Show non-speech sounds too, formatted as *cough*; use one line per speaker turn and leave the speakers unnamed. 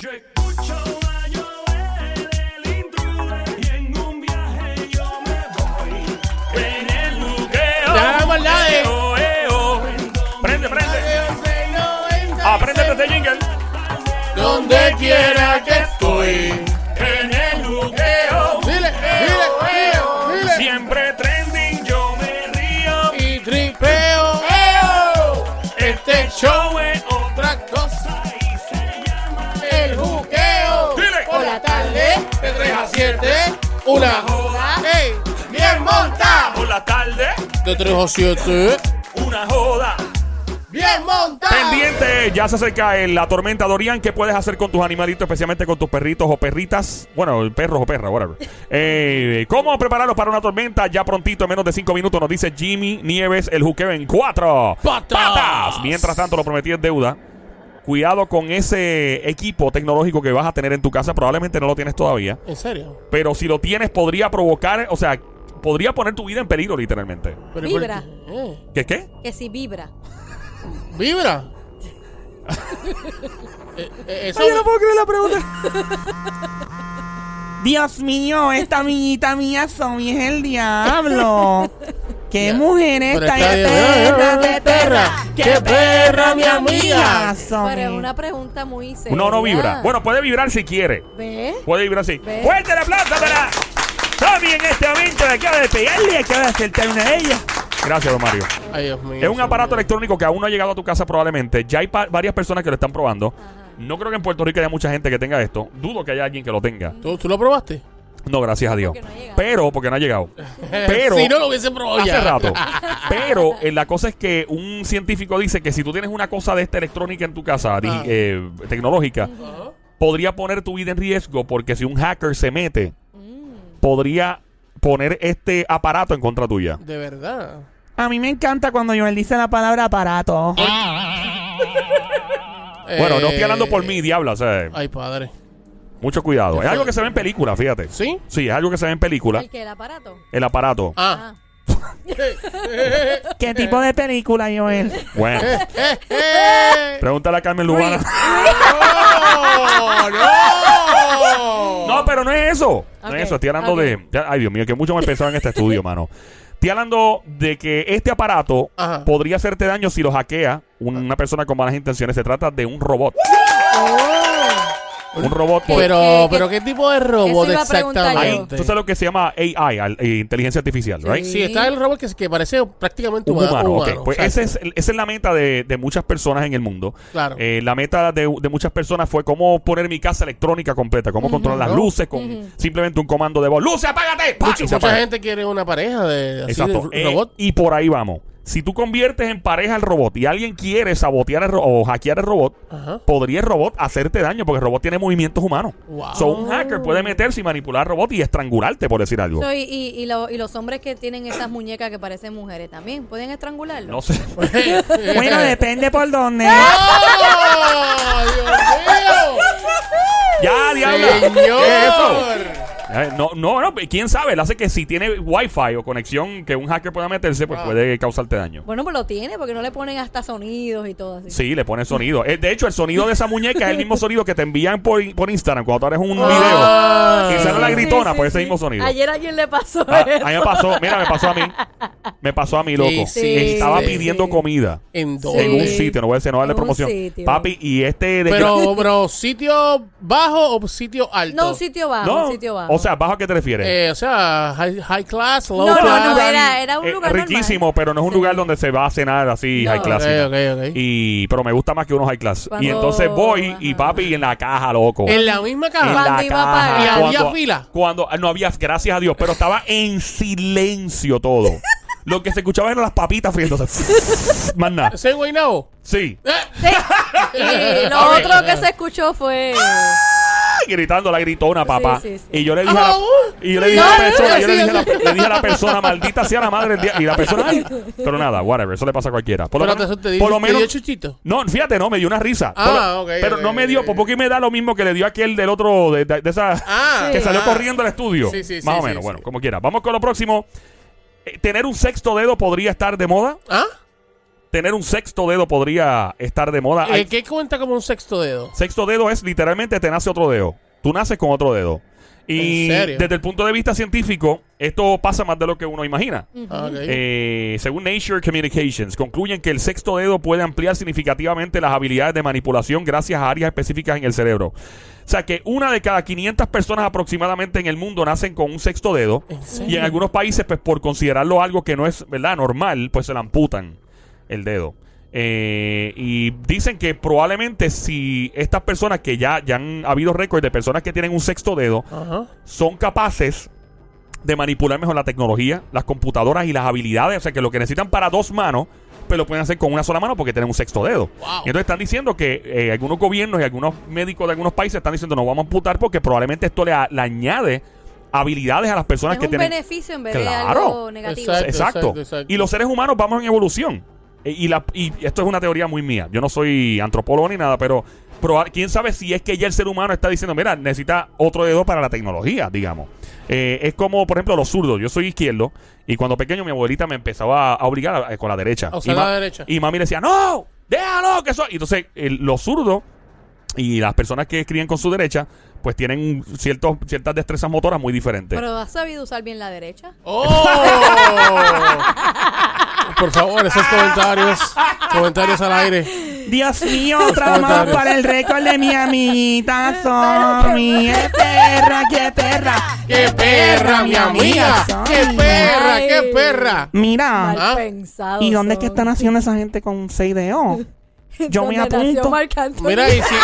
Yo escucho a Joel, el intruder, y en un viaje yo me voy. En el buqueo.
Ya vamos al lado, eh.
Eo, eo. Prende, prende. Aprende este jingle.
Donde quiera que estoy.
En el buqueo.
Dile, dile, dile, dile.
Siempre trending, yo me río.
Y tripeo.
Este show es otra cosa y se llama
El juqueo.
Dile.
Por la tarde. De 3 a 7. Una joda. Ey, bien monta.
Por la tarde,
De 3 a 7.
una joda.
Bien monta.
Pendiente, ya se acerca el- la tormenta Dorian. ¿Qué puedes hacer con tus animalitos, especialmente con tus perritos o perritas? Bueno, perros o perra, whatever. Eh, ¿Cómo prepararlos para una tormenta? Ya prontito, en menos de cinco minutos, nos dice Jimmy Nieves, el juqueo en cuatro
Patas.
Mientras tanto, lo prometí es deuda. Cuidado con ese equipo tecnológico que vas a tener en tu casa. Probablemente no lo tienes todavía.
¿En serio?
Pero si lo tienes, podría provocar, o sea, podría poner tu vida en peligro, literalmente.
Pero ¿y por
Vibra.
qué? Eh,
¿Qué qué?
Que si vibra.
¿Vibra? Eh, eh, eso,
puedo creer la pregunta. Dios mío, esta amiguita mía Somi es el diablo. ¡Qué
Ya.
mujer
Pero
esta!
está
¡Qué
bien.
perra, qué perra!
¡Qué perra, mi amiga!
Somi.
Pero es una pregunta muy seria.
No, no vibra. Bueno, puede vibrar si quiere.
¿Ves?
Puede vibrar así.
Ve.
¡Fuerte el aplauso para Tommy en este momento! Le acaba de pegarle, acaba de acertar una de ellas. Gracias, don Mario.
Ay, Dios mío.
Es un aparato
Dios mío.
electrónico que aún no ha llegado a tu casa probablemente. Ya hay pa- varias personas que lo están probando. No creo que en Puerto Rico haya mucha gente que tenga esto. Dudo que haya alguien que lo tenga.
¿Tú, tú lo probaste? *laughs*
No, gracias a Dios.
Porque no ha llegado.
Pero, porque no ha llegado. Pero...
si no lo hubiese probado
Hace
ya.
rato. Pero eh, la cosa es que un científico dice que si tú tienes una cosa de esta electrónica en tu casa, di-
Ah.
eh, tecnológica, podría poner tu vida en riesgo porque si un hacker se mete,
Mm.
podría poner este aparato en contra tuya.
*laughs* De verdad.
A mí me encanta cuando Joel dice la palabra aparato.
Bueno, no
Eh,
estoy hablando por mí, diabla. O sea,
Ay, padre.
mucho cuidado. Es algo que se ve en película, fíjate.
¿Sí?
Sí, es algo que se ve en película.
¿El que el aparato?
El aparato.
Ah. *laughs*
Ah.
¿Qué tipo de película, Joel?
Bueno,
¡Eh, eh!
pregúntale a Carmen Lubana.
¡No! ¡No!
No, pero no es eso. No
Ok,
es eso. Estoy hablando
ok.
de. ya- Ay, Dios mío, que mucho me pensaba en este estudio, mano. Estoy hablando de que este aparato
Ajá.
podría hacerte daño si lo hackea una persona con malas intenciones. Se trata de un robot.
¡Oh!
Un robot. *laughs* por-
Pero, pero ¿qué tipo de robot
Eso iba a preguntar yo.
Ahí,
exactamente?
tú sabes lo que se llama AI, al- eh, inteligencia artificial, ¿right?
Sí, está el robot que, que parece prácticamente
Un
humano.
humano, ok. Pues
exacto.
ese es el- esa es la meta de, de muchas personas en el mundo.
Claro.
Eh, la meta de, de muchas personas fue cómo poner mi casa electrónica completa, cómo controlar las
Ujú.
luces con simplemente un comando de voz. ¡Luces, apágate! ¡Pah!
Mucha,
Y se
mucha
apaga.
gente quiere una pareja de, así,
Exacto.
de
Eh, *laughs*
robot.
y por ahí vamos. Si tú conviertes en pareja al robot y alguien quiere sabotear el ro- o hackear el robot,
Ajá.
podría el robot hacerte daño porque el robot tiene movimientos humanos.
Wow.
So, un hacker puede meterse y manipular al robot y estrangularte, por decir algo.
So, y, y, y lo- y los hombres que tienen esas muñecas que parecen mujeres también, ¿pueden estrangularlo?
No sé.
*laughs*
Bueno, depende por dónde.
¡Oh, Dios
ya, diabla.
mío!
¿Qué es eso?
¡Señor!
Eh, No, no, no, quién sabe. Le hace que si tiene wifi o conexión que un hacker pueda meterse, pues
Wow.
puede causarte daño.
Ah. Bueno, pues lo tiene, porque no le ponen hasta sonidos y todo así.
Sí, le pone sonido. Eh, De hecho, el sonido de esa muñeca es el
*laughs*
mismo sonido que te envían por, por Instagram cuando tú haces un video.
Ah.
Y sale la
Sí,
gritona,
sí,
pues ese
sí.
mismo sonido.
Ayer a alguien le pasó
Ah,
eso.
a mí me pasó, mira, me pasó a mí. Me pasó a mí, loco. Eh,
Sí, sí,
Estaba
sí.
pidiendo comida
¿En dónde?
en un sitio, no voy a decir, no voy a darle
En un
promoción.
sitio.
Papi, y este de
Pero, pero, ¿sitio bajo o sitio alto?
No, un sitio bajo,
no,
un sitio bajo.
o sea, ¿bajo a qué te refieres?
Eh, o sea, high, high class, low
no, no,
class.
no, era, era un
Eh,
lugar
riquísimo,
normal.
pero no es un
Sí.
lugar donde se va a cenar así
No.
high class.
Ok, ok, ok.
Y pero me gusta más que unos high class.
Cuando-
Y entonces voy y
Ajá.
papi en la caja, loco.
En la misma
En
caja.
Cuando
la
iba a
caja.
pagar.
¿Y había fila?
Cuando ah, no había, gracias a Dios, pero estaba en silencio todo. Lo que se escuchaba eran las papitas friéndose. *laughs* más nada.
¿Ese güey no?
Sí.
*laughs*
Y
Ah,
lo
Ok.
otro que se escuchó fue...
¡Ay! gritando la gritona, papá.
sí, sí.
Y yo le dije a la,
Au.
y yo le dije a la
No,
persona,
no,
yo le
sí,
dije a la,
sí.
le dije a la persona, maldita sea la madre del día. Y la persona, ay. Pero nada, whatever, eso le pasa a cualquiera. Por lo
Pero te,
menos-
te di-
por lo
te
menos-
dio chuchito.
No, fíjate, no, me dio una risa.
Ah,
Por-
ok,
pero
ok,
no me dio,
ok.
por porque me da lo mismo que le dio aquel del otro, de, de- de esa,
Ah,
que salió
ah.
corriendo al estudio.
Sí, sí, sí,
Más o
sí,
menos,
sí.
bueno, como quiera. Vamos con lo próximo. Eh, ¿Tener un sexto dedo podría estar de moda?
¿Ah?
Tener un sexto dedo podría estar de moda. Hay-
Eh, ¿Qué cuenta como un sexto dedo?
Sexto dedo es literalmente te nace otro dedo. Tú naces con otro dedo. Y
¿En serio?
desde el punto de vista científico, esto pasa más de lo que uno imagina.
Ah, ok.
Eh, según Nature Communications, concluyen que el sexto dedo puede ampliar significativamente las habilidades de manipulación gracias a áreas específicas en el cerebro. O sea que una de cada 500 personas aproximadamente en el mundo nacen con un sexto dedo
¿En
y
serio?
en algunos países, pues por considerarlo algo que no es verdad normal, pues se le amputan el dedo. Eh, y dicen que probablemente si estas personas que ya, ya han habido récords de personas que tienen un sexto dedo, *laughs*
Ajá.
son capaces de manipular mejor la tecnología, las computadoras y las habilidades. O sea, que lo que necesitan para dos manos, pero lo pueden hacer con una sola mano porque tienen un sexto dedo.
Wow.
Y entonces están diciendo que eh, algunos gobiernos y algunos médicos de algunos países están diciendo no vamos a amputar porque probablemente esto le, a- le añade habilidades a las personas
Es
que
un
tienen.
beneficio en vez de
Claro.
algo negativo.
Exacto,
Exacto, exacto.
Y los seres humanos vamos en evolución. E- Y, la, y esto es una teoría muy mía. Yo no soy antropólogo ni nada, pero proba- quién sabe si es que ya el ser humano está diciendo, mira, necesita otro dedo para la tecnología, digamos. Eh, es como, por ejemplo, los zurdos. Yo soy izquierdo y cuando pequeño mi abuelita me empezaba a obligar a- a- con la derecha.
A usar
y
la
ma-
derecha.
Y mami decía, no, déjalo, que soy. Y entonces el- los zurdos y las personas que escriben con su derecha, pues tienen ciertos, ciertas destrezas motoras muy diferentes.
Pero has sabido usar bien la derecha.
¡Oh! Por favor, esos comentarios. Comentarios al aire.
Dios mío, otra más
comentarios.
para el récord de mi amiguita Somi. ¡Qué perra, qué perra!
¡Qué perra, mi amiga! ¡Qué
Somi.
perra,
Ay.
qué perra!
Mira,
Ah.
Mal pensado.
¿y dónde es que
son.
están haciendo esa gente con 6 de O? Yo
*laughs* ¿Dónde
me
nació
apunto.
Marc Anthony?
Mira, y si,